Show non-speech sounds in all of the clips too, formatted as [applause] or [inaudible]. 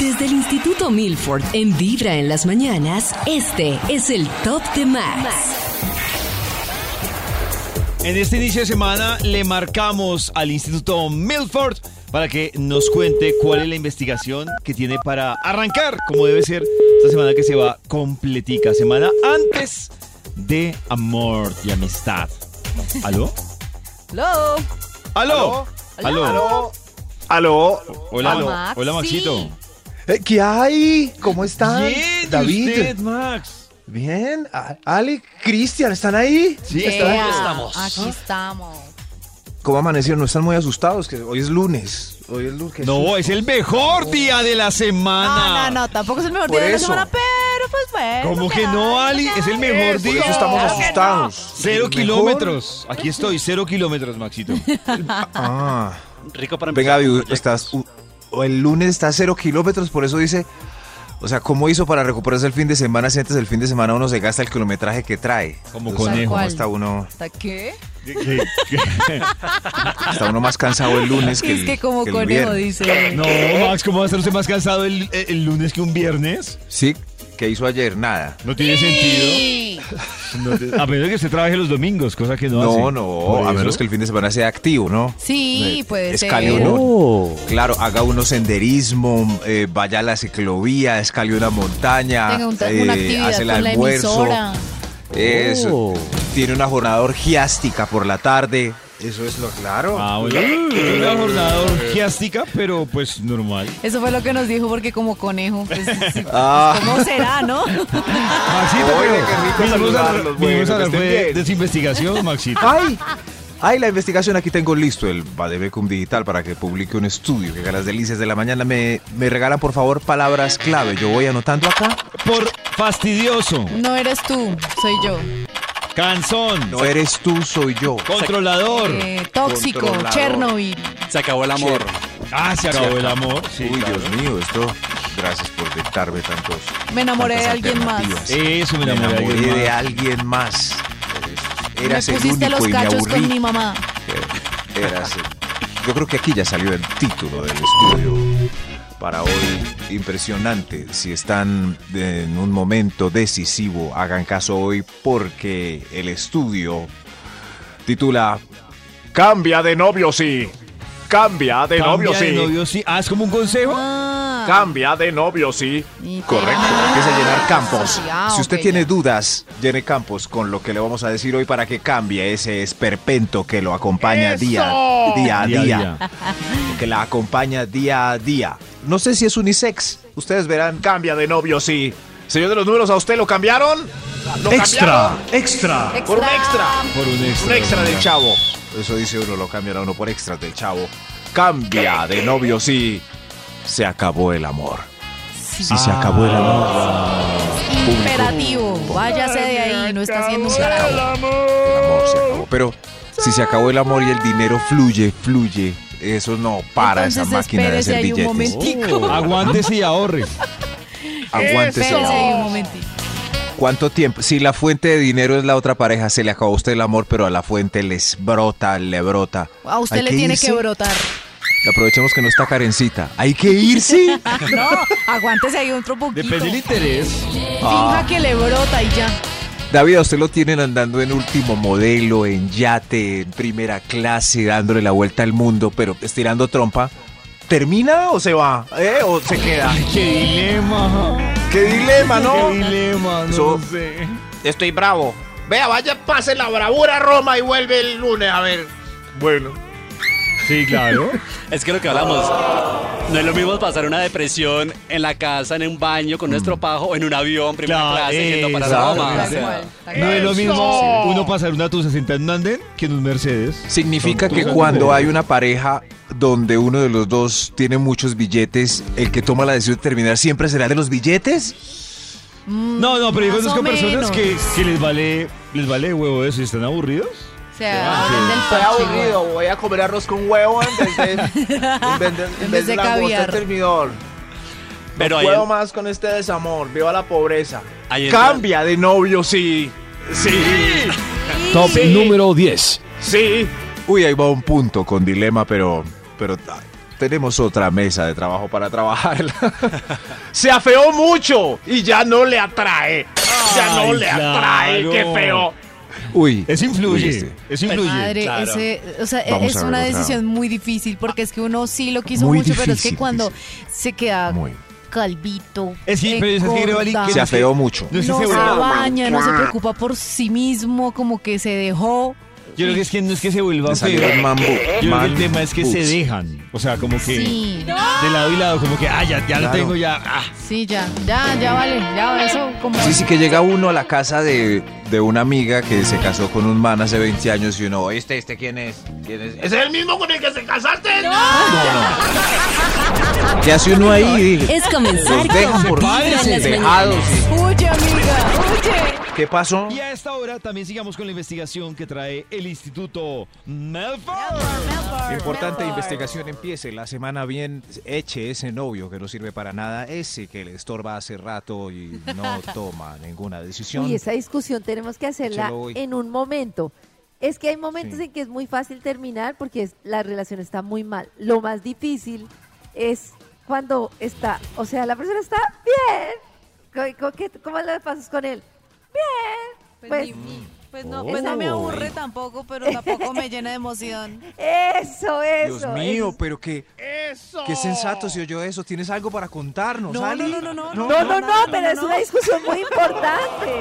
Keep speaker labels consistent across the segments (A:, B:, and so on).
A: Desde el Instituto Milford en Vibra en las mañanas, este es el Top de Max.
B: En este inicio de semana le marcamos al Instituto Milford para que nos cuente cuál es la investigación que tiene para arrancar, como debe ser, esta semana que se va completica, semana antes de amor y amistad. ¿Aló?
C: Hello.
B: ¿Aló? ¿Aló?
D: Aló.
B: Hola,
C: Aló.
B: Max. hola
C: Maxi.
B: Maxito.
D: Eh, ¿Qué hay? ¿Cómo están?
B: Bien, ¿y
D: David.
B: usted, Max.
D: Bien. A- Ale, Cristian, ¿están ahí?
B: Sí,
C: Ea,
B: está- estamos.
D: ¿Ah?
C: Aquí estamos.
D: ¿Cómo amanecieron? ¿No están muy asustados? Que hoy es lunes. Hoy es lunes.
B: No, es el mejor día de la
C: No,
B: semana.
C: no, no, tampoco es el mejor
D: Ah, Por
C: día de la
D: eso.
C: semana, pero pues bueno.
B: ¿Cómo
C: pues,
B: que no,
C: ay,
B: Ali?
C: ay,
B: Es el mejor
D: Por
B: día.
D: eso estamos
B: Claro que
D: asustados.
B: Cero
D: Mejor-
B: kilómetros. Aquí estoy, cero kilómetros, [laughs] Maxito.
D: Ah.
E: Rico para
D: Venga,
E: empezar.
D: David, estás. u- o el lunes está a cero kilómetros, por eso dice. O sea, ¿cómo hizo para recuperarse el fin de semana si antes del fin de semana uno se gasta el kilometraje que trae?
B: Como
D: Entonces,
C: conejo.
D: ¿cómo Está uno,
C: ¿Hasta qué?
D: está uno más cansado el lunes que el,
C: [laughs] es que como
D: que el
C: conejo
D: viernes.
C: dice.
B: No, Max, ¿cómo va a estar usted más cansado el, eh, el lunes que un viernes?
D: Sí, ¿qué hizo ayer? Nada.
B: No tiene sentido. No te- a menos que usted trabaje los domingos, cosa que no, hace.
D: No, no, a menos que el fin de semana sea activo, ¿no?
C: Sí,
D: Eh,
C: puede ser.
D: escale uno. Claro, haga uno senderismo, eh, vaya a la ciclovía, escale una montaña,
C: Tenga un- una
D: eh,
C: actividad
D: hace el
C: con la
D: almuerzo.
C: emisora.
D: Eso. Tiene una jornada orgiástica por la tarde. Eso es lo claro.
B: Ah, bueno. Una jornada orgiástica, pero pues normal.
C: Eso fue lo que nos dijo porque como conejo, pues,
D: [laughs]
C: sí,
D: Ah.
C: ¿cómo
D: [laughs]
C: será, no?
B: Maxito,
D: Oye,
B: pero
D: qué rico
B: vinimos a,
D: saludarlos, bueno,
B: vinimos a
D: que
B: hablar
D: estén
B: de
D: bien. Ah.
B: desinvestigación, Maxito.
D: ¡Ay! ¡Ay, la investigación! Aquí tengo listo el Badebecum Digital para que publique un estudio que haga las delicias de la mañana. Me, me regalan, por favor, palabras clave. Yo voy anotando acá.
B: Por fastidioso,
C: No eres tú, soy yo.
B: cansón,
D: No eres tú, soy yo.
B: controlador.
C: Eh, tóxico,
D: Controlador.
C: Chernobyl.
E: Se acabó el amor.
B: Ah, se acabó el amor. Sí,
D: Uy,
B: claro.
D: Dios mío, esto. Gracias por dictarme tantos.
C: Me enamoré de
D: tantas
C: alguien más.
D: alternativas.
B: Eso me enamoré de alguien
D: de
B: más.
D: alguien más.
C: Me
D: Eras el
C: pusiste
D: único
C: los
D: y me
C: cachos
D: aburrí.
C: con mi mamá.
D: Eras el- Yo creo que aquí ya salió el título del estudio para hoy. Impresionante. Si están en un momento decisivo, hagan caso hoy porque el estudio titula
F: Cambia de novio, sí. Cambia de
B: Cambia
F: novio,
B: de
F: sí.
B: novio, sí. Ah, es como un consejo.
C: Ah.
F: Cambia de novio, sí.
C: Y
D: Correcto,
C: te-
D: empieza a llenar campos.
C: Ah,
D: Si usted
C: ok,
D: tiene
C: ya.
D: dudas, llene campos con lo que le vamos a decir hoy para que cambie ese esperpento que lo acompaña día, día a
B: Día a
D: día,
B: día.
D: [laughs] que la acompaña día a día. No sé si es unisex, ustedes verán.
F: Cambia de novio, sí. Señor de los números, ¿a usted lo cambiaron? ¿Lo
G: Extra,
F: cambiaron?
G: extra.
F: Por un extra.
B: Por un extra.
F: Un extra del chavo.
D: Chavo, eso dice uno, lo cambian a uno por extras del chavo. Cambia de novio, sí. Se acabó el amor. Sí, se acabó el amor.
C: Imperativo. Váyase de ahí, no está haciendo un carajo.
D: el amor se acabó. Pero si se acabó el amor y el dinero fluye, fluye, eso no para
C: Entonces,
D: esa máquina de
C: espérese
D: hacer
C: ahí un
D: billetes. Oh,
C: momentico.
H: Oh.
B: Aguántese y ahorre.
D: Aguántese.
C: Espérese ahí un momentito.
D: ¿Cuánto tiempo? Si la fuente de dinero es la otra pareja, se le acabó a usted el amor, pero a la fuente les brota, le brota.
C: A usted
D: Hay
C: le tiene
D: irse.
C: que brotar.
D: Aprovechemos que no está carencita. Hay que irse.
C: [laughs] No, aguántese ahí otro poquito.
B: Depende del interés.
D: Ah.
C: Finja que le brota y ya.
D: David, a usted lo tienen andando en último modelo, en yate, en primera clase, dándole la vuelta al mundo, pero estirando trompa. ¿Termina o se va? ¿Eh? ¿O se queda?
B: Qué dilema.
D: ¡Qué dilema, no!
B: Qué dilema, no
D: So-
B: sé.
F: Estoy bravo. Vea, vaya, pase la bravura a Roma y vuelve el lunes a ver. Bueno.
B: Sí, claro.
E: Es que lo que hablamos. No es lo mismo pasar una depresión en la casa, en un baño, con
D: Mm.
E: nuestro pajo, o en un avión, primera
B: Claro,
E: clase, yendo para
B: exacto.
D: Ah,
E: Roma.
C: Tal
E: o sea.
C: cual, tal
B: No es lo
F: ¡Eso!
B: mismo uno pasar una tusa sentada en un andén que en un Mercedes.
D: Significa
B: Son
D: que
B: cosas
D: cuando
B: diferentes.
D: hay una pareja donde uno de los dos tiene muchos billetes, el que toma la decisión de terminar siempre será de los billetes.
H: No, no, pero yo
C: Más o
H: conozco personas
C: menos.
H: que, que les vale les vale huevo eso y están aburridos.
C: O sea, hablen del
F: Estoy
C: parche,
F: aburrido, voy a comer arroz con huevo en vez de, en vez de, en vez
C: vez
F: de
C: de
F: langosta al
C: caviar.
F: termidor.
E: Pero
F: no
E: ahí,
F: puedo más con este desamor, viva la pobreza.
E: ahí entra-
F: Cambia de novio, sí. Sí,
B: Top número 10.
F: sí.
D: Uy, ahí va un punto con dilema, pero, pero ah, tenemos otra mesa de trabajo para [laughs] trabajarla.
F: Se afeó mucho y ya no le atrae. Ya no
H: Ay,
F: le atrae,
H: claro.
F: qué feo.
D: Uy,
H: Eso
D: uy,
H: influye.
D: este.
H: Eso influye.
C: Pues, Madre,
E: claro.
C: ese- o sea,
D: Vamos
C: es
D: a ver
C: una
D: otra.
C: decisión muy difícil porque es que uno sí lo quiso
D: Muy
C: mucho, pero es que
D: difícil,
C: cuando se queda
D: Muy.
C: calvito,
H: Es que- pero es que creo, Ali, que
C: engorda,
D: Se Ah. afeó mucho.
H: No estoy
C: no se
H: seguro.
C: baña, no se preocupa por sí mismo, como que se dejó.
H: Yo creo que es que no es que se vuelva
D: Le salió
H: feo.
D: el mambo.
H: Yo creo que el
D: man
H: tema es que se
D: boobs.
H: dejan. O sea, como que
C: Sí,
H: de lado y lado, como que, ah, ya, ya lo
D: Claro.
H: tengo, ya. ah.
C: sí, ya, ya, ya vale, ya eso como
D: Sí, sí, que llega uno a la casa de, de una amiga que se casó con un man hace 20 años y uno, ¿este, este quién es? ¿Quién es?
F: ¿Ese es el mismo con el que se casaste?
D: ¿Qué hace uno ahí? Dije,
A: Es comenzar
D: Los dejan
A: con
D: por
A: Vibra en las mañanas.
D: dejados.
C: Huye, amiga, huye.
D: ¿Qué pasó?
H: Y a esta hora también sigamos con la investigación que trae el Instituto Melford.
D: Importante investigación empiece la semana bien. Eche ese novio que no sirve para nada, ese que le estorba hace rato y no toma ninguna decisión.
I: Y esa discusión tenemos que hacerla
D: Échelo hoy.
I: en un momento. Es que hay momentos
D: Sí.
I: en que es muy fácil terminar porque es- la relación está muy mal. Lo más difícil es cuando está, o sea, la persona está bien. Co- co- qué- ¿Cómo lo pasas con él? Bien. Pues
C: Pues no,
D: Oh.
C: pues no me aburre tampoco, pero tampoco me llena
D: [laughs]
C: de emoción.
I: eso,
D: Dios
I: eso.
D: mío,
I: eso.
D: pero qué,
F: Eso.
D: qué sensato si oyó eso. ¿Tienes algo para contarnos,
C: No,
D: Ali?
C: no, no, no, no.
I: No, no, no,
C: no,
I: pero
C: no,
I: es
C: no.
I: una discusión muy importante.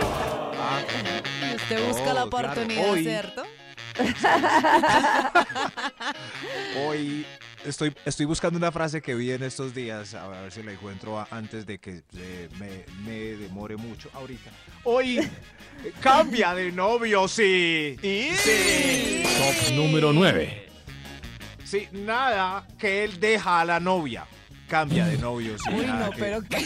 C: Usted busca la
D: Oh, claro,
C: oportunidad,
D: hoy.
C: ¿cierto?
D: Hoy estoy, estoy buscando una frase que vi en estos días, a ver si la encuentro a- antes de que eh, me, me demore mucho ahorita.
C: [laughs]
F: Hoy cambia de novio, sí.
B: Top número 9.
F: Sí, nada que él deja a la novia.
D: Cambia de novio. sí,
C: Uy,
D: nada
C: no,
D: que-
C: pero qué.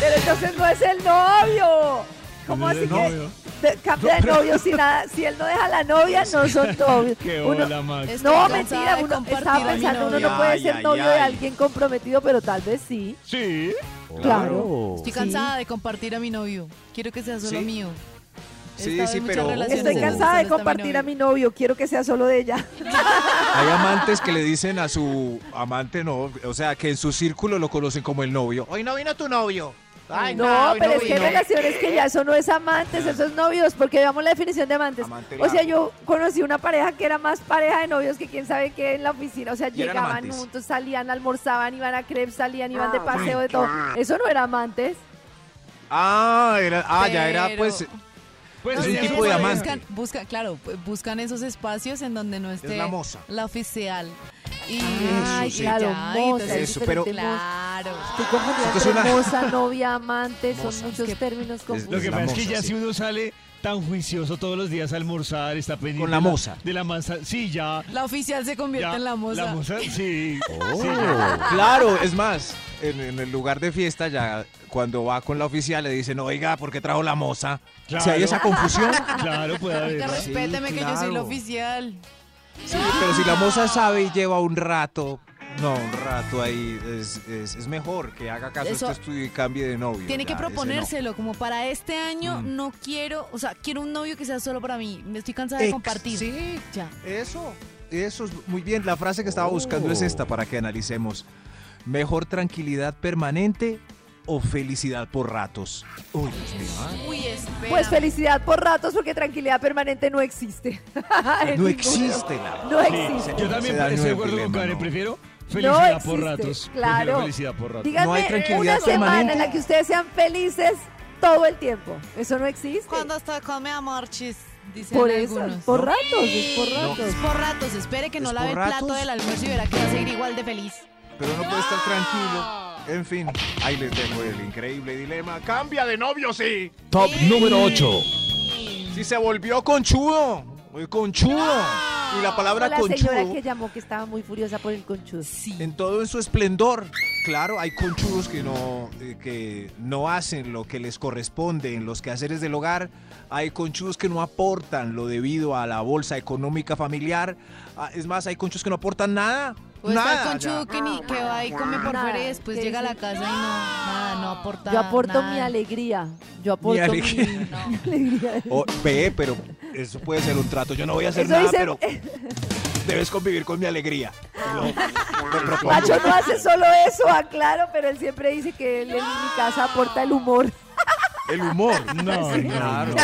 I: Pero entonces no es el novio. ¿Cómo así que te- cambia de novio si nada? Si él no deja a
D: [laughs]
I: la novia, no son novios.
H: Qué
I: Uno-
H: hola, Max.
C: Estoy
I: no,
C: cansada
I: mentira,
C: de
I: uno
C: compartir a
I: estaba
C: mi
I: pensando, uno
C: novio.
I: no puede
D: Ay,
I: ser
D: ay,
I: novio de
D: ay.
I: alguien comprometido, pero tal vez sí.
H: Sí.
I: Claro.
H: Oh.
C: Estoy
I: Sí.
C: cansada de compartir a mi novio. Quiero que sea solo
D: Sí.
C: mío.
D: Sí,
C: Esta vez
D: sí,
C: muchas
D: pero-
C: relaciones
I: Estoy
C: en las que
I: cansada de
C: solo está
I: compartir a mi novio, quiero que sea solo de ella.
D: Hay amantes que le dicen a su amante no, o sea, que en su círculo lo conocen como el novio.
F: Hoy no vino tu novio. Ay,
I: No,
F: hoy
I: pero es que
F: vino.
I: hay relaciones que ya eso no es amantes, eso es novios, porque veamos la definición de amantes.
D: Amante
I: O sea,
D: largo.
I: yo conocí una pareja que era más pareja de novios que quién sabe qué en la oficina. O sea,
D: Y eran
I: llegaban
D: amantes.
I: juntos, salían, almorzaban, iban a crepes, salían, iban de paseo, de todo. Eso no era amantes.
D: Ah, era, ah ya era
C: Pero-
D: pues
H: Pues
D: Es
C: No,
D: un
C: sí,
D: tipo de
C: sí, sí,
D: amante.
C: Buscan, buscan- claro, pu- buscan esos espacios en donde no esté
D: la moza.
C: la oficial. Y,
I: Ay,
C: y
I: claro,
C: ya,
I: moza,
C: y entonces-
D: es Eso, pero-
I: diferente, moza.
C: claro.
I: Tú confundías
D: Esto es una-
I: hermosa, novia, amante, son muchos
C: Es que-
I: términos
H: Lo que
D: la
I: confusos.
H: pasa es que
D: moza,
H: ya
D: sí.
H: si uno sale tan juicioso todos los días a almorzar, está pendiente
D: Con la
H: de la-
D: moza.
H: de la manzana. Sí, ya.
C: La oficial se convierte
H: ya,
C: en la moza.
H: La moza, sí.
C: Oh.
H: sí, ya.
D: claro, es más, en, en el lugar de fiesta ya cuando va con la oficial le dicen, "Oiga, ¿por qué trajo la moza?" Si hay
H: Claro.
D: esa
C: [laughs]
D: confusión,
H: Claro, puede haber.
C: Oiga,
H: ¿no?
D: Sí,
C: respéteme que yo soy la
D: claro.
C: oficial.
D: sí, pero si la moza sabe y lleva un rato, no, un rato ahí es, es- es mejor que haga caso
C: Eso-
D: a este estudio y cambie de novio.
C: Tiene
D: ya,
C: que
D: ese no.
C: proponérselo, como para este año
D: Mm.
C: no quiero, o sea, quiero un novio que sea solo para mí. Me estoy cansada de
D: Ex-
C: compartir.
D: Sí,
C: Ya.
D: Eso, eso es muy bien. La frase que estaba buscando es esta para que analicemos. Mejor tranquilidad permanente o felicidad por ratos. Uy, Dios mío, ¿ah?
C: Uy, espera.
I: Pues felicidad por ratos, porque tranquilidad permanente no existe. [laughs] En
D: no
I: ningún-
D: existe la.
I: No
H: Sí,
I: existe.
H: Yo
D: Se
H: también
D: da
H: estoy de
D: nuevo
H: acuerdo con
D: dilema,
H: Karen.
D: no.
H: Prefiero felicidad por
I: existe,
H: ratos.
I: claro.
H: Prefiero felicidad por ratos.
I: Díganme
D: No hay tranquilidad
I: una semana en
D: permanente.
I: la que ustedes sean felices todo el tiempo. Eso no existe.
C: Cuando hasta come a Marchis, dicen
I: Por eso,
C: algunos.
I: por ratos, es por
C: Es
I: ratos.
C: por ratos, espere que no
D: Es
C: lave el
D: por
C: plato
D: ratos.
C: del almuerzo y verá que va a seguir igual de feliz.
D: Pero no puede estar tranquilo. En fin, ahí les dejo el increíble dilema.
F: Cambia de novio, sí.
B: [laughs] Top número 8.
D: Si se volvió conchudo, muy conchudo. Y la
I: Como
D: palabra
I: la señora
D: conchudo,
I: que llamó que estaba muy furiosa por el conchudo.
D: en todo en su esplendor. Claro, hay conchudos que no, eh, que no hacen lo que les corresponde en los quehaceres del hogar. Hay conchudos que no aportan lo debido a la bolsa económica familiar. Ah, Es más, hay conchudos que no aportan nada.
C: O está
D: nada.
C: el conchudo que, ni, que va y come por
I: Nada,
C: fuera y después
I: que
C: llega a la
I: dice,
C: casa y no, nada, no aporta
I: Yo aporto
C: nada.
I: mi alegría. Yo aporto mi
D: alegría.
I: [laughs] alegría. alegría.
D: O, ve, pero eso puede ser un trato. Yo no voy a hacer
I: Eso
D: nada,
I: dice-
D: pero debes convivir con mi alegría. Lo- lo propongo.
I: Pacho no hace solo eso, aclaro, pero él siempre dice que él en mi casa aporta el humor.
D: El humor. No,
I: [laughs]
D: claro.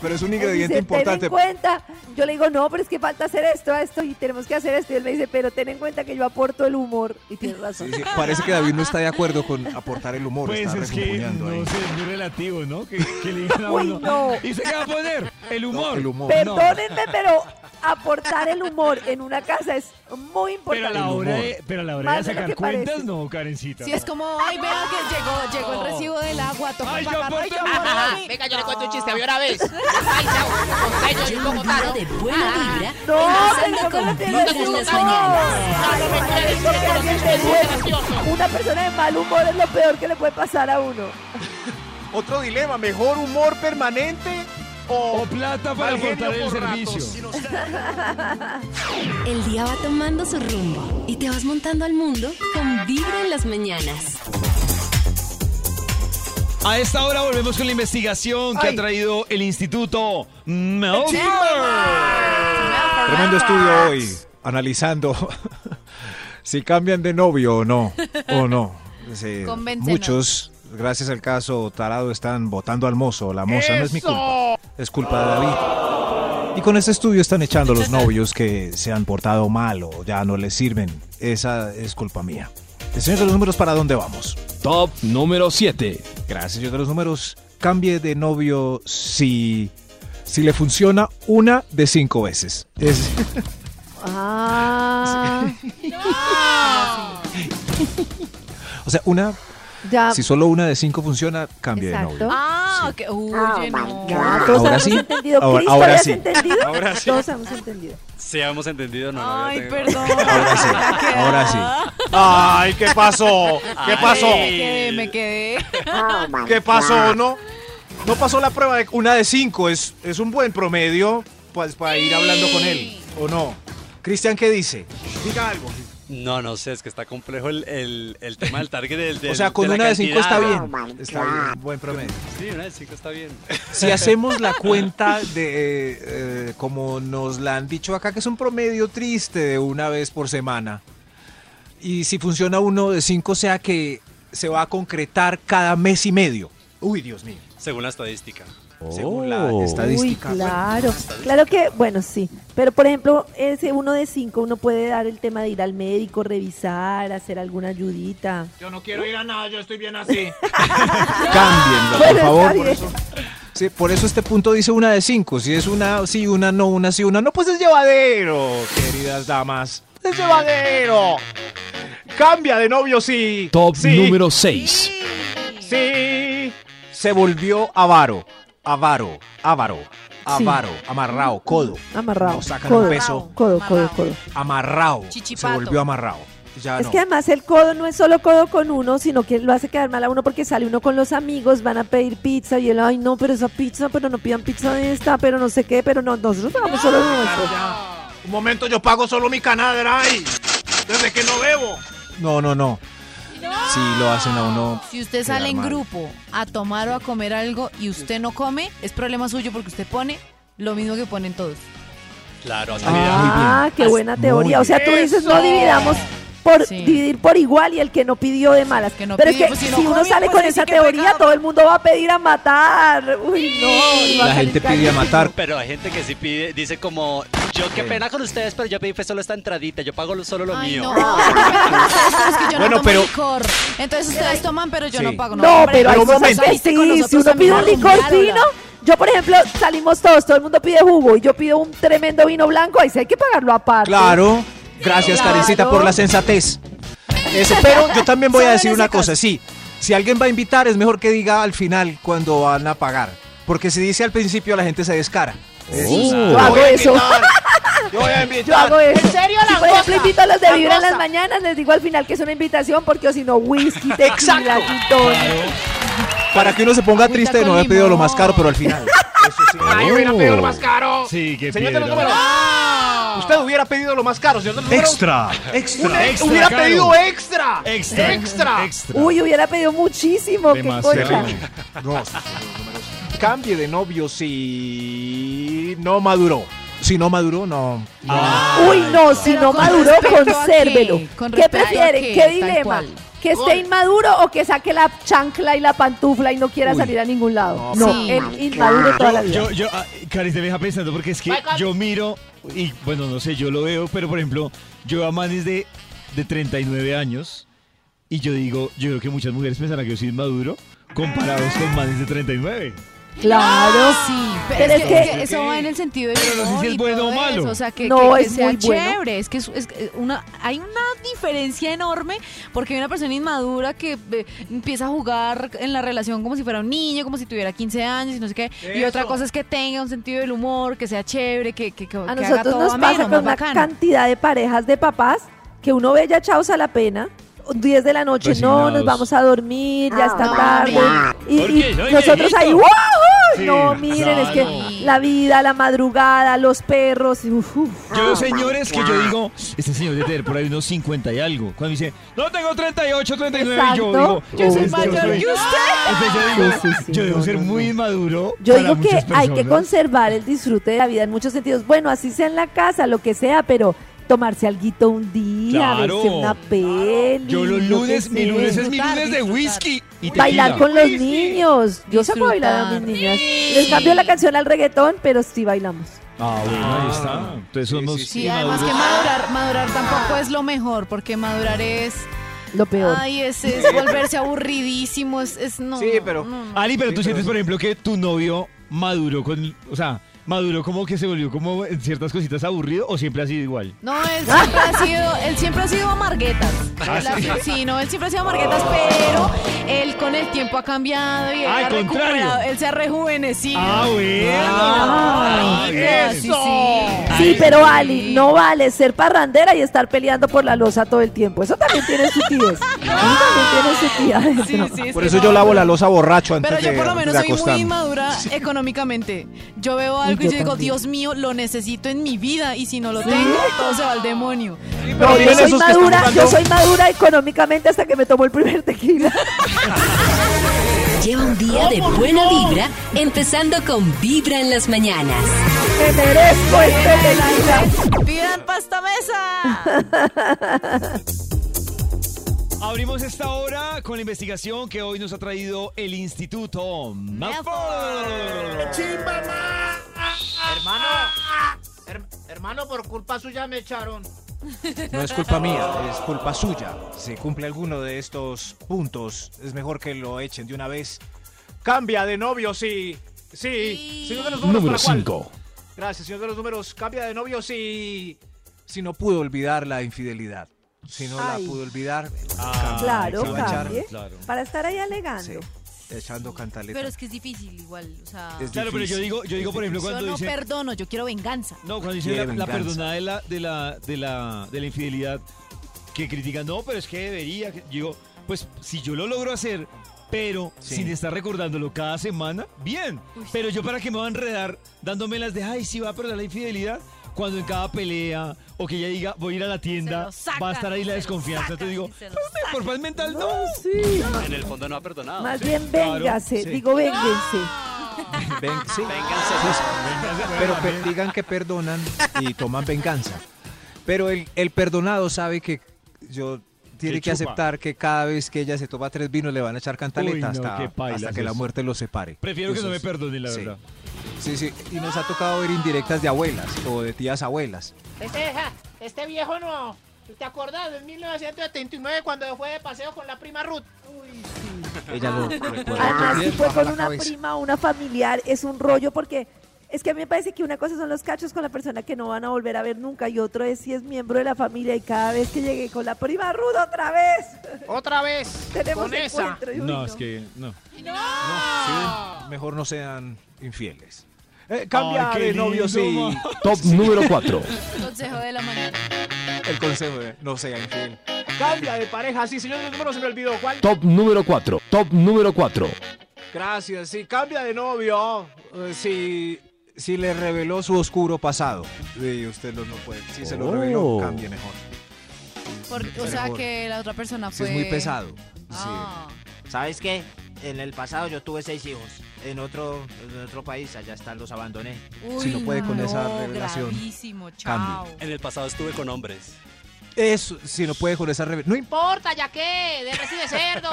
D: Pero es un ingrediente
I: Él dice,
D: importante.
I: Ten en cuenta. Yo le digo, no, pero es que falta hacer esto, esto, y tenemos que hacer esto. Y él me dice, pero ten en cuenta que yo aporto el humor. Y tienes razón.
D: Sí, sí, Parece que David no está de acuerdo con aportar el humor.
B: Pues
D: está
B: es que
D: refunfuñando ahí.
B: no sé, es muy relativo, ¿no? Que, que le digan a
I: Uy,
B: uno.
I: no.
B: ¿Y usted qué va a poner? El humor.
D: No, el humor.
B: No.
I: [laughs] Perdónenme, pero aportar el humor en una casa es muy
B: Pero a la
I: importante.
D: El
B: hora
D: humor.
B: de, pero a la hora
I: Más
B: de
I: de lo
B: sacar
I: que
B: cuentas,
I: parece.
B: no, Karencita.
C: Si es como, ay, vea que llegó, llegó el recibo del agua, tocó
B: Ay, yo
C: pagar, ay, yo
B: aporto-
C: aporto
J: Ajá,
C: mi-
J: venga, yo le cuento un chiste, había una vez. Ay, no, costeño y
A: Lleva un
J: un
A: día
J: bogotano.
A: de buena vibra,
I: No,
A: empezando
I: pero
A: con
I: ¿cómo te lo
A: vibras
I: digo?
A: las
I: No.
A: mañanas.
I: Ay, ojalá que alguien te diga. Una persona de mal humor es lo peor que le puede pasar a uno.
D: Otro dilema, mejor humor permanente o
B: O plata para
D: Mal genio
B: aportar el
D: por
B: servicio.
A: El día va tomando su rumbo y te vas montando al mundo con vibra en las mañanas.
H: A esta hora volvemos con la investigación que ha traído el Instituto Melbourne.
D: tremendo estudio hoy analizando [laughs] si cambian de novio o no o no. Sí,
C: Convéncenos.
D: muchos gracias al caso tarado están votando al mozo, la moza no es mi culpa. Es culpa de David. Y con este estudio están echando los novios que se han portado mal o ya no les sirven. Esa es culpa mía. El señor de los números, ¿para dónde vamos?
B: Top número 7.
D: Gracias, yo de los números. Cambie de novio si, si le funciona una de cinco veces. Es-
I: Ah,
D: o sea, una,
I: ya.
D: si solo una de cinco funciona, cambie de
I: Exacto.
D: novio.
C: Ah, ok. Uy,
I: Oh,
C: no.
I: Ya, todos
D: Ahora
I: hemos
D: sí.
I: entendido.
D: Ahora-
I: Cristo,
D: ahora
I: ¿habías
D: sí.
I: entendido?
D: Ahora sí.
I: Todos hemos entendido.
E: Sí, hemos entendido, no. no,
C: Ay,
E: yo tengo-
C: perdón.
D: [laughs] Ahora sí, ahora sí. Ay, ¿qué pasó? ¿Qué
C: Me quedé, me quedé.
D: ¿Qué pasó? No, no pasó la prueba de una de cinco. Es, es un buen promedio pues, para ir hablando con él, ¿o no? Cristian, ¿qué dice? Diga algo.
E: [laughs] No, no sé, es que está complejo el, el, el tema del target del, del-
D: O sea, con
E: la
D: una de cinco está
E: cantidad.
D: bien. Está bien, buen promedio.
E: Sí, una de cinco
D: [laughs]
E: está bien.
D: Si hacemos la cuenta de, eh, eh, como nos la han dicho acá, que es un promedio triste de una vez por semana, y si funciona uno de cinco, o sea que se va a concretar cada mes y medio. Uy, Dios mío.
E: Según la estadística.
D: Según la estadística.
I: Oh. Uy, claro. Claro que, bueno, sí. Pero, por ejemplo, ese uno de cinco, uno puede dar el tema de ir al médico, revisar, hacer alguna ayudita.
F: Yo no quiero ir a nada, yo estoy bien así.
D: Cámbienlo,
I: Bueno,
D: por
I: está
D: favor.
I: bien.
D: Sí, por eso este punto dice una de cinco. Si es una, sí, una, no, una, sí, una. No, pues es llevadero, queridas damas. Es llevadero. Cambia de novio si.
B: Top
D: sí,
B: número 6.
D: Sí. Se volvió avaro. Avaro, avaro, avaro, amarrado, codo.
I: Amarrado.
D: No sacan
I: codo,
D: el peso.
I: Codo, codo,
C: Amarrado.
I: codo.
D: Amarrado.
C: Chichipato.
D: Se volvió amarrado. Ya
I: Es
D: Ah, no.
I: que además el codo no es solo codo con uno, sino que lo hace quedar mal a uno porque sale uno con los amigos, van a pedir pizza y él, ay no, pero esa pizza, pero no pidan pizza de esta, pero no sé qué, pero no, nosotros vamos solo
D: Ah,
I: de nuestro.
F: Un momento, yo pago solo mi canadera ay, desde que no bebo.
D: No, no, no. Si lo hacen a uno.
C: Si usted
D: quedar
C: sale en
D: mal.
C: grupo a tomar o a comer algo y usted no come, es problema suyo porque usted pone lo mismo que ponen todos.
E: Claro, así mira.
I: Ah, qué buena teoría. O sea, tú dices no dividamos por
C: Sí.
I: dividir por igual y el que no pidió de malas.
C: El que no
I: Pero
C: pidió,
I: es
C: pues,
I: que
C: si
I: si,
C: no
I: uno
C: comió,
I: sale
C: pues,
I: con esa
C: sí que pecado.
I: teoría, todo el mundo va a pedir a matar. Uy, no. y va a
D: La
I: salir
D: gente pide a
I: cañón.
D: matar.
E: Pero hay gente que sí pide, dice como, yo qué pena con ustedes, pero yo pedí fue solo esta entradita, yo pago lo- solo lo
C: Ay,
D: [laughs]
E: mío.
C: no. Ustedes, es que yo
D: Bueno,
C: no tomo
D: pero-
C: licor. Entonces ustedes toman, pero yo
D: Sí.
C: no pago.
I: No,
C: hombre,
I: pero hay
C: pues,
I: momentos que
C: saliste con
I: sí, si
C: nosotros
I: uno
C: a
I: pide un
C: mirar,
I: licor
C: a mirar,
I: fino, yo por ejemplo salimos todos, todo el mundo pide jugo y yo pido un tremendo vino blanco, ahí sí hay que pagarlo aparte.
D: Claro. Gracias,
I: Claro.
D: Karencita, por la sensatez. Eso, pero yo también voy a
C: Solo en
D: decir una
C: ese caso.
D: cosa, sí. Si alguien va a invitar, es mejor que diga al final cuando van a pagar. Porque si dice al principio, la gente se descara.
I: Sí,
H: Oh.
I: yo hago
F: voy a
I: Uh. eso.
F: invitar,
I: [laughs]
F: Yo voy a
I: Yo
F: invitar.
I: hago eso.
J: ¿En serio,
I: Si,
J: la
I: por ejemplo,
J: goza?
I: invito a los de
J: La
I: Vibra en las
J: goza.
I: mañanas, les digo al final que es una invitación, porque o si no, whisky, tequila, gin tonic.
D: Para que uno se ponga
C: Agüita
D: triste de no
C: con
D: haber pedido lo más
C: limón.
D: caro, pero al final.
F: Ay, hubiera pedido
I: Uh.
F: lo más caro.
B: Sí, qué
F: Señor de los
B: piedra.
F: números. Usted hubiera pedido lo más caro, señor de los números.
B: Extra,
F: Una-
B: extra, extra.
F: hubiera
B: caro.
F: pedido extra.
B: extra,
F: Extra.
I: Uy, hubiera pedido muchísimo. qué
B: Demasiado.
I: cosa.
D: Cambie de novio si no maduró. Si no maduró, no.
I: Uy, no, si
C: Pero
I: no
C: con
I: maduró,
C: respecto a qué,
I: consérvelo.
C: con
I: ¿Qué
C: respecto a
I: prefieren?
C: qué,
I: ¿Qué,
C: tal
I: dilema?
C: cual.
I: ¿Que esté
F: Uy.
I: inmaduro o que saque la chancla y la pantufla y no quiera salir a ningún lado? No,
C: no, Sí.
I: el inmaduro toda la vida.
B: Yo, yo, ah, Caris, te me deja pensando porque es que
J: Michael.
B: yo miro y, bueno, no sé, yo lo veo, pero por ejemplo, yo veo a manes de, de 39 años y yo digo, yo creo que muchas mujeres pensarán que yo soy inmaduro comparados con manes de 39.
I: Claro.
B: ¡Ah!
C: Sí,
I: Pero
C: pero es
I: es
C: que, es
I: que-
C: que eso va en el sentido de
B: Pero no sé si es bueno o malo.
C: o sea, que,
I: No,
C: que- que
I: es
C: sea
I: muy bueno.
C: chévere, es que es, es que una hay una diferencia enorme porque hay una persona inmadura que eh, empieza a jugar en la relación como si fuera un niño, como si tuviera 15 años y no sé qué, y otra cosa es que tenga un sentido del humor, que sea chévere, que que, que-
I: A
C: que haga
I: nosotros
C: todo
I: nos
C: ameno,
I: pasa
C: más
I: con una
C: bacano.
I: cantidad de parejas de papás que uno ve ya chaos a la pena. 10 de la noche, no,
B: Resignados.
I: nos vamos a dormir, ya está
C: Ah.
J: no,
I: tarde. Y,
B: ¿Por
I: y
B: qué? Soy
I: nosotros
B: viejito.
I: ahí, ¡wow!
B: Sí,
I: no, miren, es
B: claro.
I: que la vida, la madrugada, los perros, y uf, uf.
B: Yo veo señores que yo digo, este señor debe tener por ahí unos 50 y algo. Cuando dice, no tengo 38, 39, y yo digo,
I: Exacto. Yo soy
B: "Este
I: mayor
B: soy-".
C: que usted.
B: Entonces yo digo,
I: Sí, sí, sí,
B: yo debo
I: no,
B: ser
I: no,
B: muy
I: no.
B: inmaduro.
I: Yo
B: para
I: digo que
B: muchas
I: hay que
B: personas.
I: conservar el disfrute de la vida en muchos sentidos. Bueno, así sea en la casa, lo que sea, pero tomarse alguito un día,
B: Claro.
I: verse una peli.
B: Yo los
I: no qué
B: lunes, mi
I: sé.
B: lunes es mi
C: Disfrutar,
B: lunes de
C: disfrutar.
B: whisky y tequila.
I: Bailar con los niños. Yo saco a bailar a mis
C: Disfrutar.
I: niñas. Les cambio la canción al reggaetón, pero sí bailamos.
B: Ah, bueno, ahí está. Entonces somos
C: Sí, además que
B: inmaduros.
C: madurar, madurar tampoco es lo mejor, porque madurar es,
I: Lo peor.
C: ay, es,
I: [laughs]
C: es volverse aburridísimo, es, es no.
D: Sí,
C: no,
D: pero-
C: no, no.
B: Ali, pero tú sientes, por ejemplo, que tu novio maduró con, o sea, maduró como que se volvió como en ciertas cositas aburrido o siempre ha sido igual.
C: No, él siempre ha sido, él siempre ha sido amarguetas.
D: Ah,
C: Él ha- sí. no, él siempre ha sido
D: Oh.
C: amarguetas, pero él con el tiempo ha cambiado y él,
B: Ah,
C: ha
B: al contrario.
C: recuperado, él se ha rejuvenecido.
B: Ah, bueno.
C: Ah,
B: Ay,
C: no, sí, sí.
I: Sí, pero Ali, no vale ser parrandera y estar peleando por la losa todo el tiempo. Eso también tiene su tía. Eso
C: Ah.
I: también tiene su tía.
C: Sí, sí,
D: Por
C: sí,
D: eso
C: no,
D: yo lavo
C: no.
D: la losa borracho antes
C: Pero
D: de,
C: yo por lo menos
D: de
C: soy muy
D: acostarme.
C: inmadura económicamente. Yo veo algo y
I: yo
C: yo digo,
I: también.
C: Dios mío, lo necesito en mi vida y si no lo tengo, todo se va al demonio.
I: No, yo
D: tienen
I: soy
D: esos que están
I: madura, yo
D: jugando-
I: soy madura económicamente hasta que me tomo el primer tequila. [laughs]
A: Lleva un día de buena vibra, empezando con Vibra en las mañanas.
I: Me merezco este tequila.
C: ¡Pidan pasta mesa!
B: Abrimos esta hora con la investigación que hoy nos ha traído el Instituto Malfoy.
F: Hermano, her- hermano, por culpa suya me echaron.
D: No es culpa mía, es culpa suya. Si cumple alguno de estos puntos, es mejor que lo echen de una vez. Cambia de novio si... Sí, señor de los números.
B: Número
D: ¿para cuál?
B: cinco.
D: Gracias, señor de los números. Cambia de novio si... Si no pudo olvidar la infidelidad. Si no
I: Ay.
D: la pudo olvidar,
B: Ah,
I: Claro,
D: se va a echar.
I: cambie. Para estar ahí alegando.
D: sí, echando cantaleta.
C: Pero es que es difícil igual, o sea...
D: Es
B: Claro, pero yo
D: difícil,
B: digo, yo
D: es
B: digo, por ejemplo,
D: difícil.
C: Yo
B: cuando
C: no
B: dice
C: perdono, yo quiero venganza.
B: No, cuando dicen
D: Quiere
B: la, la
D: venganza.
B: perdonada de la, de la, de la, de la infidelidad, que critican, no, pero es que debería. que-". Yo digo, pues si yo lo logro hacer, pero
D: Sí.
B: sin estar recordándolo cada semana, bien. Pero yo para que me va a enredar dándome las de, ay, si va a perdonar la infidelidad, cuando en cada pelea, o que ella diga, voy a ir a la tienda,
C: lo sacan,
B: va a estar ahí la
C: se lo
B: desconfianza.
C: sacan
B: Te digo,
C: y se lo
B: "Pero por paz mental, no.
I: No, sí.
E: En el fondo no ha perdonado.
I: Más
E: Sí.
I: bien
B: claro,
I: véngase,
D: sí.
I: digo vénganse.
D: Ven- sí.
E: Vénganse. Pues,
D: Pero pe- digan que perdonan
B: [laughs]
D: y toman venganza. Pero el, el perdonado sabe que yo tiene
B: Que
D: que,
B: chupa.
D: aceptar que cada vez que ella se toma tres vinos le van a echar cantaleta
B: Uy, no,
D: hasta,
B: qué pailas
D: hasta que la
B: eso.
D: muerte los separe.
B: Prefiero que
D: Eso
B: no me
D: es-
B: perdone, la
D: sí.
B: verdad.
D: Sí, sí. Y nos ha tocado ver indirectas de abuelas o de tías abuelas.
F: Este, ja, este viejo no. ¿Te acordás de 1979 cuando fue de paseo con la prima Ruth? Uy,
D: Ella lo recuerda.
I: Además, si
D: Bien,
I: fue
D: baja
I: con
D: la
I: una
D: cabeza.
I: prima o una familiar, es un rollo porque es que a mí me parece que una cosa son los cachos con la persona que no van a volver a ver nunca y otro es si es miembro de la familia y cada vez que llegue con la prima ruda otra vez [laughs]
F: Otra vez.
I: tenemos
F: con esa.
I: encuentro. y uy,
B: No, es que no.
D: Sí, mejor no sean infieles.
K: eh, cambia
B: Ah. Ay, qué
K: de novio
B: lindo,
D: [laughs]
K: sí.
L: Top número 4.
C: Consejo de la mañana.
D: El consejo de no sean fiel.
K: Cambia de pareja sí, señor, el número se me olvidó. ¿Cuál?
L: Top número 4. Top número 4.
K: Gracias, sí, cambia de novio.
D: Eh, Si, si le reveló su oscuro pasado. Sí, usted lo no puede. Si se lo reveló,
L: Oh.
D: cambie mejor.
C: Por- o sea que la otra persona
D: Si
C: fue.
D: es muy pesado.
C: Ah.
J: ¿Sabes qué? En el pasado yo tuve seis hijos. En otro, en otro país, allá están, los abandoné.
C: Uy,
D: Si no puede con esa revelación,
C: gravísimo, chao.
E: En el pasado estuve con hombres.
D: Sí. Eso, si no puede con esa revelación. No importa.
J: Porta, ya que, de recibe
D: [laughs]
J: cerdo.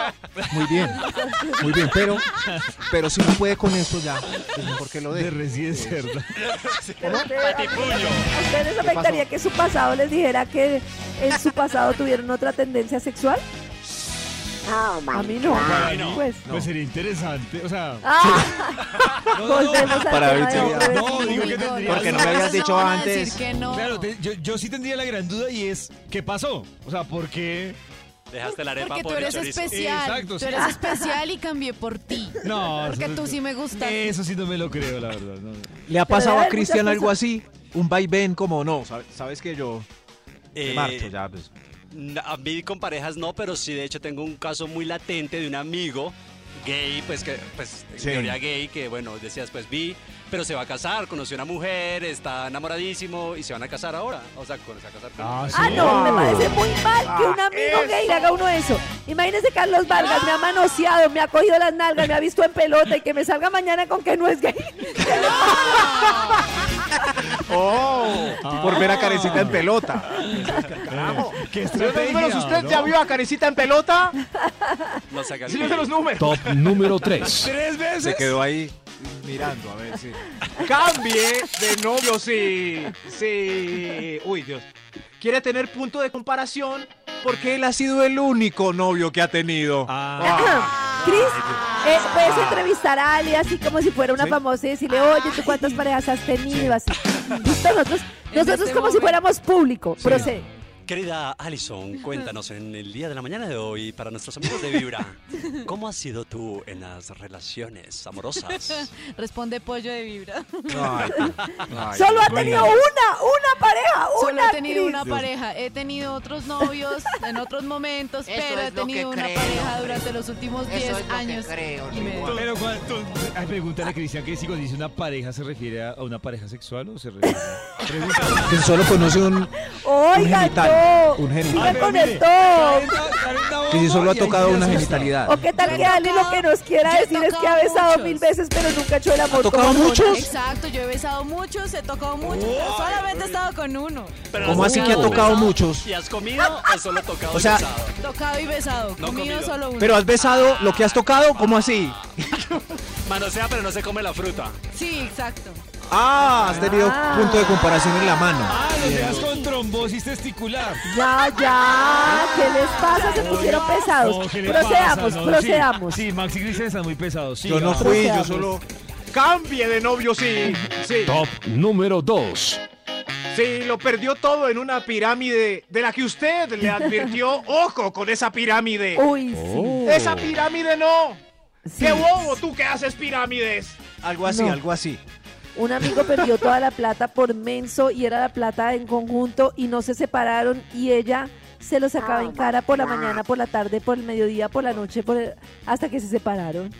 D: Muy bien. Muy bien, pero, pero si no puede con eso ya, es mejor que lo
B: [laughs] De
D: deje.
B: recién cerda.
I: Pero ustedes-
E: Patipuño.
I: ¿A ustedes les afectaría que su pasado les dijera que en su pasado tuvieron otra tendencia sexual?
D: Oh,
I: a mí no. Pues.
B: Pues sería interesante. O sea, [laughs]
I: Ah, [laughs] volvemos al
D: Para
I: tema
D: ver
I: de
D: si-
I: otra vez.
B: No, digo que tendría-
D: Porque no me habías dicho
C: van a
D: antes.
C: decir que no.
B: claro, te- yo, yo sí tendría la gran duda y es, ¿qué pasó? O sea, ¿por qué?
E: Dejaste la arepa
C: Porque tú
E: por el
C: eres
E: chorizo.
C: especial.
B: Exacto,
C: tú
B: sí. [laughs]
C: eres especial y cambié por ti.
B: No,
C: Porque
B: eso-
C: tú sí me gustas.
B: Eso sí no me lo creo, la verdad. no, no.
D: [laughs] ¿Le ha
I: Pero
D: pasado
I: debe
D: a
I: haber
D: Cristian
I: muchas
D: algo así? Un vaivén como no. Sabes, sabes que yo me
E: Eh,
D: marcho ya. pues.
E: N- A mí con parejas no, pero sí, de hecho, tengo un caso muy latente de un amigo gay, pues que, pues, en
D: Sí.
E: teoría gay, que bueno, decías, pues vi, pero se va a casar, conoció una mujer, está enamoradísimo y se van a casar ahora. O sea, con- se va a casar con
I: Ah, no, me parece muy mal que
B: Ah,
I: un amigo
K: eso.
I: gay le haga uno eso. Imagínese Carlos Vargas, me ha manoseado, me ha cogido las nalgas, me ha visto en pelota y que me salga mañana con que no es gay.
K: ¡Oh!
D: Ah. Por ver a Carecita en pelota. Ah.
K: ¡Carajo!
B: Eh, ¿Qué
K: Señor de los números,
B: estrategia,
K: ¿usted
B: no?
K: ya vio a Carecita en pelota?
E: No se haga el
K: Señor de
E: gay.
K: los números.
L: Top número 3.
K: ¿Tres veces?
D: Se quedó ahí mirando a ver si.
K: Cambie de novio, sí. Sí. Uy, Dios.
D: Quiere tener punto de comparación porque él ha sido el único novio que ha tenido.
B: Ah.
I: [laughs] Cris, eh, puedes entrevistar a Ali así como si fuera una famosa y decirle, oye, ¿tú cuántas parejas has tenido?
C: [laughs]
I: Así. Listo, Nosotros, nosotros
C: este
I: como si
C: momento.
I: fuéramos público. Procede.
E: Querida Alison, cuéntanos en el día de la mañana de hoy, para nuestros amigos
C: [laughs]
E: de Vibra, ¿cómo has sido tú en las relaciones amorosas?
C: Responde pollo de vibra.
D: Ay, ay,
I: Solo ha
D: Dios
I: tenido
D: mío.
I: una, una pareja, una.
C: Solo he tenido
I: Cris.
C: una pareja. He tenido otros novios en otros momentos,
J: Eso
C: pero
J: es
C: he
J: lo que
C: tenido una
J: creo,
C: pareja
J: hombre.
C: durante los últimos
J: Eso
C: 10
J: es lo que
C: años.
J: creo,
C: y medio.
B: Pero cuando. Ay, pregúntale a Cristian que si cuando dice una pareja se refiere a a una pareja sexual o se refiere a. Pregúntale.
D: Él solo conoce un.
I: Oiga,
D: genital,
I: no.
D: un genital.
I: Siga
B: Ah, pero
I: con
B: mire,
I: el top.
B: cae una- cae una bomba
D: Que si solo ha
B: y ahí
D: tocado
B: se
D: una
B: asusta.
D: genitalidad.
I: O qué tal que Ali lo que nos quiera
C: Yo he
I: decir es que ha
C: tocado
I: besado
C: muchos.
I: mil veces, pero nunca ha hecho el amor.
D: tocado
I: como
D: muchos?
I: Jonás.
C: Exacto, yo he besado muchos, he tocado muchos, pero solamente he estado con uno.
E: Pero
D: ¿Cómo
E: has
D: así que ha
E: besado?
D: tocado muchos?
E: ¿Y has comido o solo tocado?
D: O sea,
E: y besado?
C: Tocado y besado,
E: No
C: comido,
E: comido.
C: solo uno.
D: Pero has besado lo que has tocado, ¿cómo así?
E: manosea pero no se come la fruta.
C: Sí, exacto.
D: Ah, has tenido punto de comparación en la mano.
B: Ah, los dejas con trombosis testicular.
I: Ya, ya. ¿Qué les pasa? Se pusieron pesados.
B: No, ¿qué le
I: Procedamos,
B: pasa? No,
I: procedamos.
B: Sí, sí, Max y Cristian están muy pesados.
D: Yo no
B: siga.
D: fui, yo solo.
K: Cambie de novio, sí. Sí.
L: Top número 2.
K: Sí, lo perdió todo en una pirámide de la que usted le advirtió.
D: [laughs]
K: Ojo con esa pirámide.
D: Oh.
I: Uy, sí.
K: Esa pirámide no.
I: sí.
K: ¡Qué bobo tú que haces pirámides!
D: Algo así,
I: No.
D: algo así.
I: Un amigo perdió toda la plata por menso y era la plata en conjunto y no se separaron y ella se lo sacaba en cara por la mañana, por la tarde, por el mediodía, por la noche, por el- hasta que se separaron.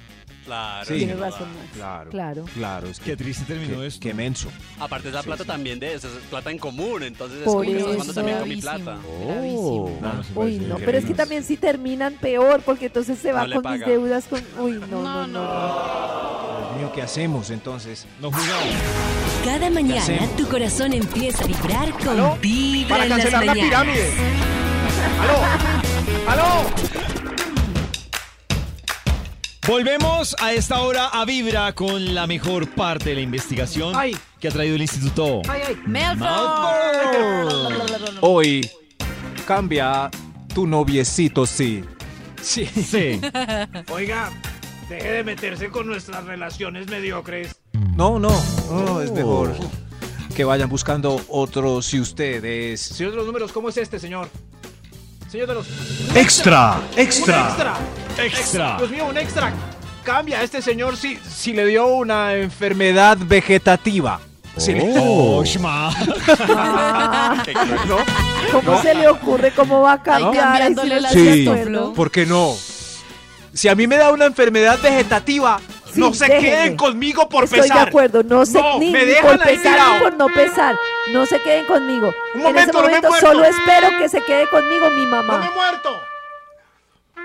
E: Claro.
D: Sí.
E: sin
I: Tienes
E: duda.
I: razón, Max.
D: Claro.
I: Claro.
D: Claro, es que.
B: Qué triste terminó
D: qué-
B: esto.
D: Qué menso.
E: Aparte es la plata también de eso, es plata en común, entonces
I: Por
E: es como
I: eso.
E: que cuando también con mi plata.
C: Gravísimo,
L: Oh.
C: gravísimo.
D: No,
B: no se puede
I: Uy,
B: ser.
I: no,
D: qué
I: pero es que
D: pena.
I: también si terminan peor, porque entonces se va
E: No le
I: con mis
E: paga.
I: deudas con... Uy, no, no, no.
C: No, [laughs]
D: Dios mío, ¿qué hacemos entonces?
B: No jugamos.
A: Cada mañana
D: hacemos?
A: tu corazón empieza a vibrar con
K: ¿Aló?
A: Vibra
K: Para
A: en las
K: cancelar la
A: mañanas.
K: pirámide. ¡Aló! ¡Aló!
B: Volvemos a esta hora a Vibra con la mejor parte de la investigación
K: Ay.
B: que ha traído el Instituto.
C: Melford.
D: Hoy cambia tu noviecito, sí.
B: Sí. sí.
K: Oiga, deje de meterse con nuestras relaciones mediocres.
D: No, no, no, es mejor que vayan buscando otro si ustedes.
K: Oh. Señor de los números, ¿cómo es este, señor? Señor de los...
D: Extra,
K: ¡Un extra!
B: Extra.
K: Dios mío, un extra. cambia. Este señor sí, sí le dio una enfermedad vegetativa. Sí le-
L: Oh.
K: ¿No?
I: Ah. ¿Cómo se le ocurre cómo va a cambiar? Ay,
C: cambiándole
I: no
C: la
I: estoy de
K: Sí.
I: acuerdo.
K: ¿Por qué no? Si a mí me da una enfermedad vegetativa,
I: Sí,
K: no se
I: déjeme.
K: queden conmigo por
I: Estoy
K: pesar.
I: de acuerdo, no sé
K: No,
I: ni,
K: me
I: ni
K: dejan
I: por
K: ahí
I: pesar
K: tirado.
I: ni por no pesar. No se queden conmigo.
K: Un
I: en
K: momento,
I: ese
K: no me he
I: momento
K: muerto.
I: solo espero que se quede conmigo mi
K: ¡No me
I: mamá.
K: he muerto!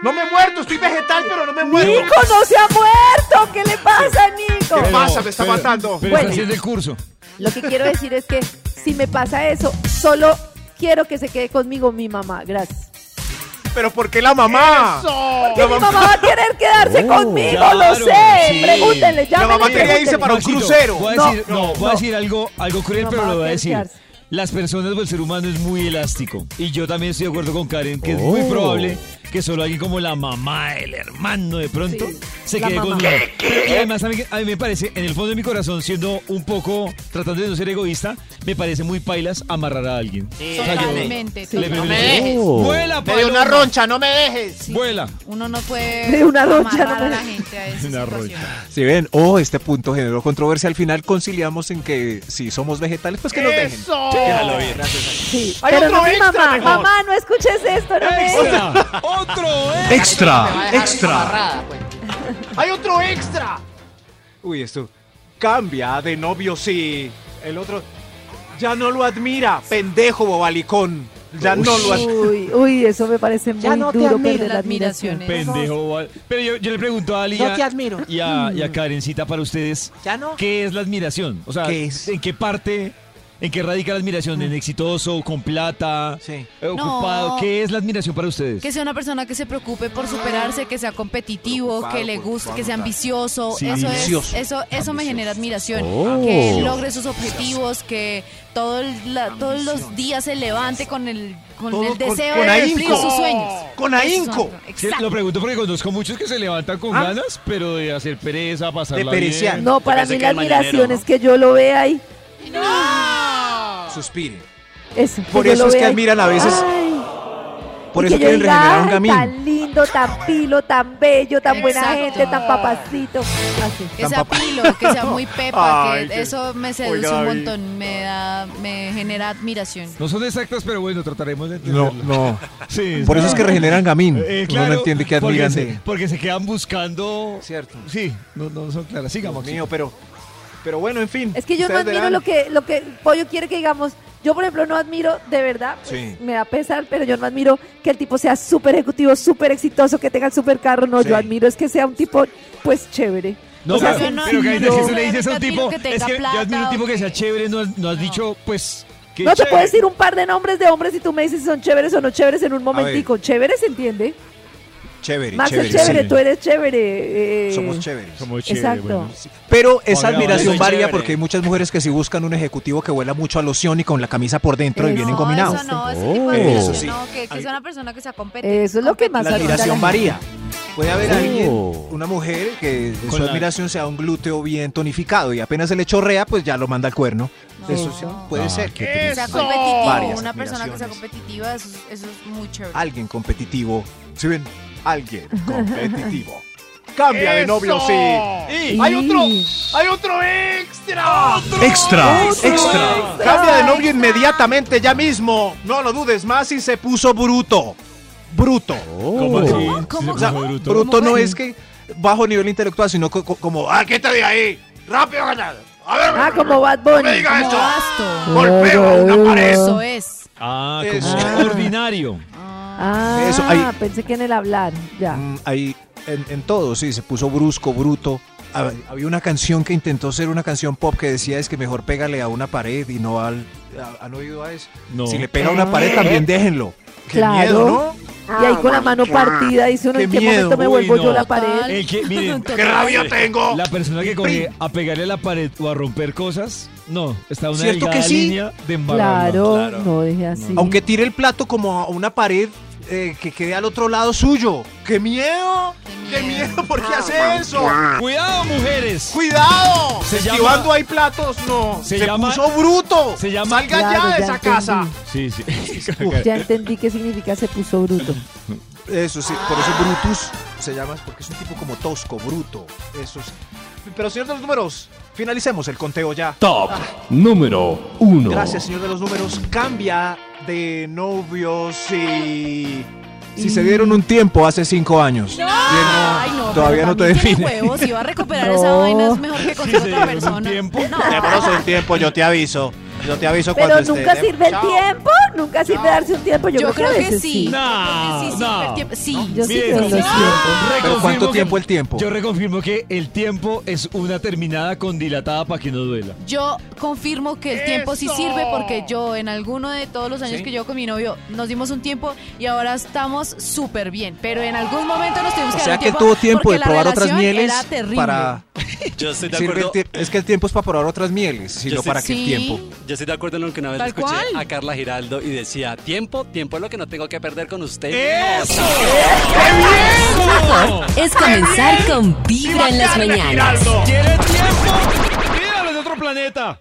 K: ¡No me he muerto! Estoy vegetal, pero no me muero.
I: ¡Nico no se ha muerto! ¿Qué le pasa, Nico?
K: ¿Qué pasa? Me está matando.
B: Pero
I: Bueno.
B: está haciendo el curso.
I: Lo que quiero decir es que si me pasa eso, solo quiero que se quede conmigo mi mamá. Gracias.
K: ¿Pero por qué la mamá?
I: Porque mi mamá va a querer quedarse conmigo,
B: claro,
I: lo sé.
B: sí.
I: Pregúntenle,
K: Oh, La mamá
I: llámenle,
K: quería irse
I: pregúntenle.
K: para un
B: Maxito,
K: crucero.
B: Voy a
I: No,
B: decir, no,
I: no,
B: voy a
I: no.
B: decir algo, algo cruel,
I: Mi
B: pero
I: mamá
B: lo voy a
I: va a
B: decir.
I: quedarse.
B: Las personas o el ser humano es muy elástico. Y yo también estoy de acuerdo con Karen, que es muy
L: Oh.
B: probable que solo alguien como la mamá, el hermano de pronto,
I: Sí,
B: se
I: la
B: quede
I: mamá.
B: con uno. Y además, a mí, a mí me parece, en el fondo de mi corazón, siendo un poco, tratando de no ser egoísta, me parece muy pailas amarrar a alguien.
J: Sí,
B: O sea, yo-
C: Totalmente.
B: le-
F: No
C: totalmente.
F: me dejes.
B: Vuela,
F: Me dio
B: paloma,
F: una roncha, no me dejes.
B: Vuela.
C: Uno no puede
I: De una roncha,
C: amarrar
I: no
C: a
I: me-
C: la gente a esas
B: Una
C: situaciones.
D: Si ven, oh, este punto generó controversia. Al final conciliamos en que si somos vegetales, pues que nos dejen.
F: ¡Eso!
E: Déjalo ir.
I: Sí,
K: Hay
I: pero
K: otro
I: no mi
K: extra
I: mamá.
K: mejor.
I: Mamá, no escuches esto, no me
B: ¡Extra! ¡Otro! eh.
L: Extra,
F: Extra.
K: pues. ¡Hay otro extra!
D: Uy, esto.
K: Cambia de novio si el otro ya no lo admira. Pendejo bobalicón. Ya no lo admira.
I: Uy, uy, eso me parece muy
J: no te
I: duro
J: admiro.
I: perder la
C: La
I: admiración.
C: admiración
B: Pendejo. Val- Pero yo, yo le pregunto a Ali
J: No
B: a-
J: te admiro.
B: y a, y a Karencita para ustedes.
J: Ya no.
B: ¿Qué es la admiración? O sea,
D: ¿Qué es?
B: ¿en qué parte, en qué radica la admiración? ¿En exitoso, con plata,
D: Sí.
B: eh, ocupado?
C: No.
B: ¿Qué es la admiración para ustedes?
C: Que sea una persona que se preocupe por superarse, que sea competitivo,
D: Preocupado
C: que le
D: por
C: guste,
D: su
C: que sea ambicioso.
B: Sí,
C: eso
D: ambicioso,
C: es, eso, eso me genera admiración.
L: Oh.
C: Que logre sus objetivos, que todo el- la- todos los días se levante con el, con
K: Todo
C: el
K: con-
C: deseo
K: con
C: de
K: ahínco.
C: cumplir sus sueños.
K: Con
C: Eso es
K: ahínco.
C: otro.
B: Sí,
C: Exacto.
B: Lo pregunto porque conozco muchos que se levantan con
K: Ah.
B: ganas, pero de hacer pereza, pasarla
K: pereciar.
B: bien.
I: No, para
E: pensé
I: mí
E: que
I: la
E: el mañanero,
I: admiración
E: ¿no?
I: es que yo lo vea ahí.
D: Suspiren.
I: Eso,
K: Por
I: yo
K: eso
I: lo
K: es que
I: vea ahí.
K: admiran a veces-
I: Ay,
D: Por
I: y
D: eso
I: que yo
D: quieren
I: diga,
D: regenerar un
I: "Ay,
D: camino.
I: Tan lindo, tan pilo, tan bello, tan buena
C: Exacto.
I: gente, tan papacito. Así.
C: Que sea pilo, que sea muy pepa,
K: Ay,
C: que
K: qué-
C: eso me seduce
K: Oiga,
C: un
K: David.
C: montón, me da, me genera admiración.
B: No son exactas, pero bueno, trataremos de
D: No,
B: entenderlo.
D: no.
B: Sí,
D: Por eso es que regeneran camino.
B: Eh,
D: Uno
B: claro,
D: no entiende que
B: porque
D: admiran
B: se,
D: de.
B: porque se quedan buscando.
D: Cierto.
B: Sí, no, no son claras. Sigamos.
K: Dios mío, pero, pero bueno, en fin.
I: Es que yo no
K: ustedes
I: admiro
K: verán.
I: lo que, lo que Pollo quiere que digamos. Yo, por ejemplo, no admiro, de verdad, pues,
D: Sí.
I: me da pesar, pero yo no admiro que el tipo sea súper ejecutivo, súper exitoso, que tenga el súper carro. No,
D: Sí.
I: yo admiro es que sea un tipo, pues, chévere.
B: No,
I: O sea,
B: pero,
C: yo no
B: pero que
C: admiro-
B: si se le dice eso a un
C: admiro
B: tipo,
C: que tenga
B: es que yo
C: plata
B: admiro un
C: o
B: tipo que
C: que-
B: sea chévere, no, has- no has
C: No.
B: dicho, pues, que
I: No te
B: chévere.
I: puedo decir un par de nombres de hombres y tú me dices si son chéveres o no chéveres en un momentico. Chévere se entiende.
D: Chévere,
I: Max
D: chévere.
I: es chévere,
B: sí.
I: tú eres chévere. eh,
D: Somos chéveres.
B: Como
I: Exacto.
D: Pero esa
B: Oiga,
D: admiración
E: soy
D: varía
E: chévere.
D: porque hay muchas mujeres que si buscan un ejecutivo que huela mucho a loción y con la camisa por dentro y
I: Eso,
D: vienen
C: no,
D: combinados.
C: Eso no, ese
L: Oh.
C: tipo de
D: Eso
C: admiración
D: sí.
C: no, que, que sea una persona que sea competente.
I: Eso es lo que más
D: La
I: admira
D: admiración
I: la gente.
D: varía. Puede haber
L: Oh.
D: alguien, una mujer, que su
B: Con la-
D: admiración sea un glúteo bien tonificado y apenas se le chorrea, pues ya lo manda al cuerno.
C: No.
D: Eso sí, puede
B: Ah,
D: ser.
B: qué
C: Que
B: triste.
C: sea competitivo,
D: Varias
C: una persona que sea
D: admiraciones.
C: competitiva, eso, es- eso es muy chévere.
D: Alguien competitivo. ¿Sí ven?
I: [laughs]
D: Alguien competitivo.
K: Cambia de novio,
F: ¡Eso!
K: sí.
I: Sí.
K: Y hay otro, hay otro extra.
D: Extra,
I: Otro extra.
K: Cambia de novio inmediatamente, ya mismo. No lo dudes más y se puso bruto. Bruto.
B: Oh. ¿Cómo así? Sí,
C: ¿Cómo?
B: se
D: Oh. O sea,
B: puso bruto.
D: bruto, no es que bajo nivel intelectual, sino co- co- como, ah, ¿qué
K: Vete de ahí. Rápido, ganado. A ver.
I: Ah, como Bad Bunny.
K: digas
C: Como
K: eso.
C: gasto.
K: Golpeo a una pared.
C: Eso es.
B: Ah,
K: Eso.
B: como ordinario.
I: Ah,
D: Eso, ahí.
I: pensé que en el hablar, ya.
D: Mm, ahí en, en todo, sí, se puso brusco, bruto. Hab- Había una canción que intentó ser una canción pop que decía es que mejor pégale a una pared y no al... ¿ha- ¿Han oído a eso?
B: No.
D: Si le pega a una pared
I: ¿Qué?
D: también déjenlo. Qué
I: Claro.
D: miedo, ¿no?
I: Y ahí con la mano partida dice uno,
D: Qué
I: ¿en qué
D: miedo.
I: momento me
B: Uy,
I: vuelvo yo
B: no.
I: la pared?
C: Total.
B: El que, Eh,
I: [laughs]
B: miren, eh,
K: ¡Qué rabia tengo!
B: la persona que coge a pegarle a la pared o a romper cosas, no, está una
D: ¿Cierto
B: delgada
D: que sí?
B: línea de embarrada.
I: Claro,
E: claro.
I: no deje así.
D: Aunque tire el plato como a una pared eh, que quede al otro lado suyo. ¡Qué miedo!
K: ¡Qué miedo! ¿Por qué hace eso?
B: Cuidado, mujeres.
K: ¡Cuidado!
B: Se
K: Esquivando
B: llama-
K: hay platos, no.
B: se
K: Se,
B: llama-
K: puso bruto.
B: se llama-
K: Salga
I: Claro,
K: ya de
I: ya
K: esa
D: [laughs]
I: entendí.
K: casa.
B: Sí, sí.
I: Uf, ya entendí qué significa se puso bruto.
D: Eso sí, por eso Brutus se llama, porque es un tipo como tosco, bruto. Eso sí. Pero señor de los números, finalicemos el conteo ya.
L: Top número 1.
D: Gracias, señor de los números. Cambia de novios y... Si se dieron un tiempo hace cinco años.
C: No,
D: Bien, no,
C: Ay, no,
D: todavía
C: pero
D: no te
C: también tiene
D: define.
C: huevos, si va a
D: [laughs]
C: recuperar esa vaina es mejor que con otra persona. No,
J: Demoroso un tiempo, yo te aviso. Yo te aviso
I: Pero
J: cuando
I: nunca
J: esté.
I: sirve el tiempo, nunca sirve darse un tiempo. Yo,
C: yo creo que
I: a veces
C: sí.
B: No,
D: Ah,
C: Porque sí,
B: no.
C: sí, el tiempo- Sí,
I: Yo sí
B: Miren,
I: creo en los
B: no.
I: tiempos.
D: Pero
B: Reconfirmo
D: ¿cuánto
B: que-
D: tiempo el tiempo?
B: Yo reconfirmo que el tiempo es una terminada con dilatada para que no duela.
C: Yo confirmo que el tiempo sí
F: ¡Eso!
C: sirve porque yo en alguno de todos los años que yo con mi novio nos dimos un tiempo y ahora estamos súper bien. Pero en algún momento nos tuvimos
D: O
C: que
D: sea
C: dar
D: que
C: un
D: él
C: tiempo
D: tuvo tiempo de
C: porque la
D: probar otras
C: relación
D: mieles
C: era terrible.
D: para...
E: Yo estoy de
D: sirve
E: acuerdo.
D: el tie- es que el tiempo es para probar otras mieles, sino
E: Yo sé-
D: para que
C: Sí.
D: el tiempo...
E: Yo estoy de acuerdo en lo que una vez
C: Tal
E: escuché
C: cual.
E: a Carla Giraldo y decía, tiempo, tiempo es lo que no tengo que perder con usted.
A: Es comenzar con Vibra en las mañanas.
B: ¿Quiere tiempo? ¡Míralo de otro planeta!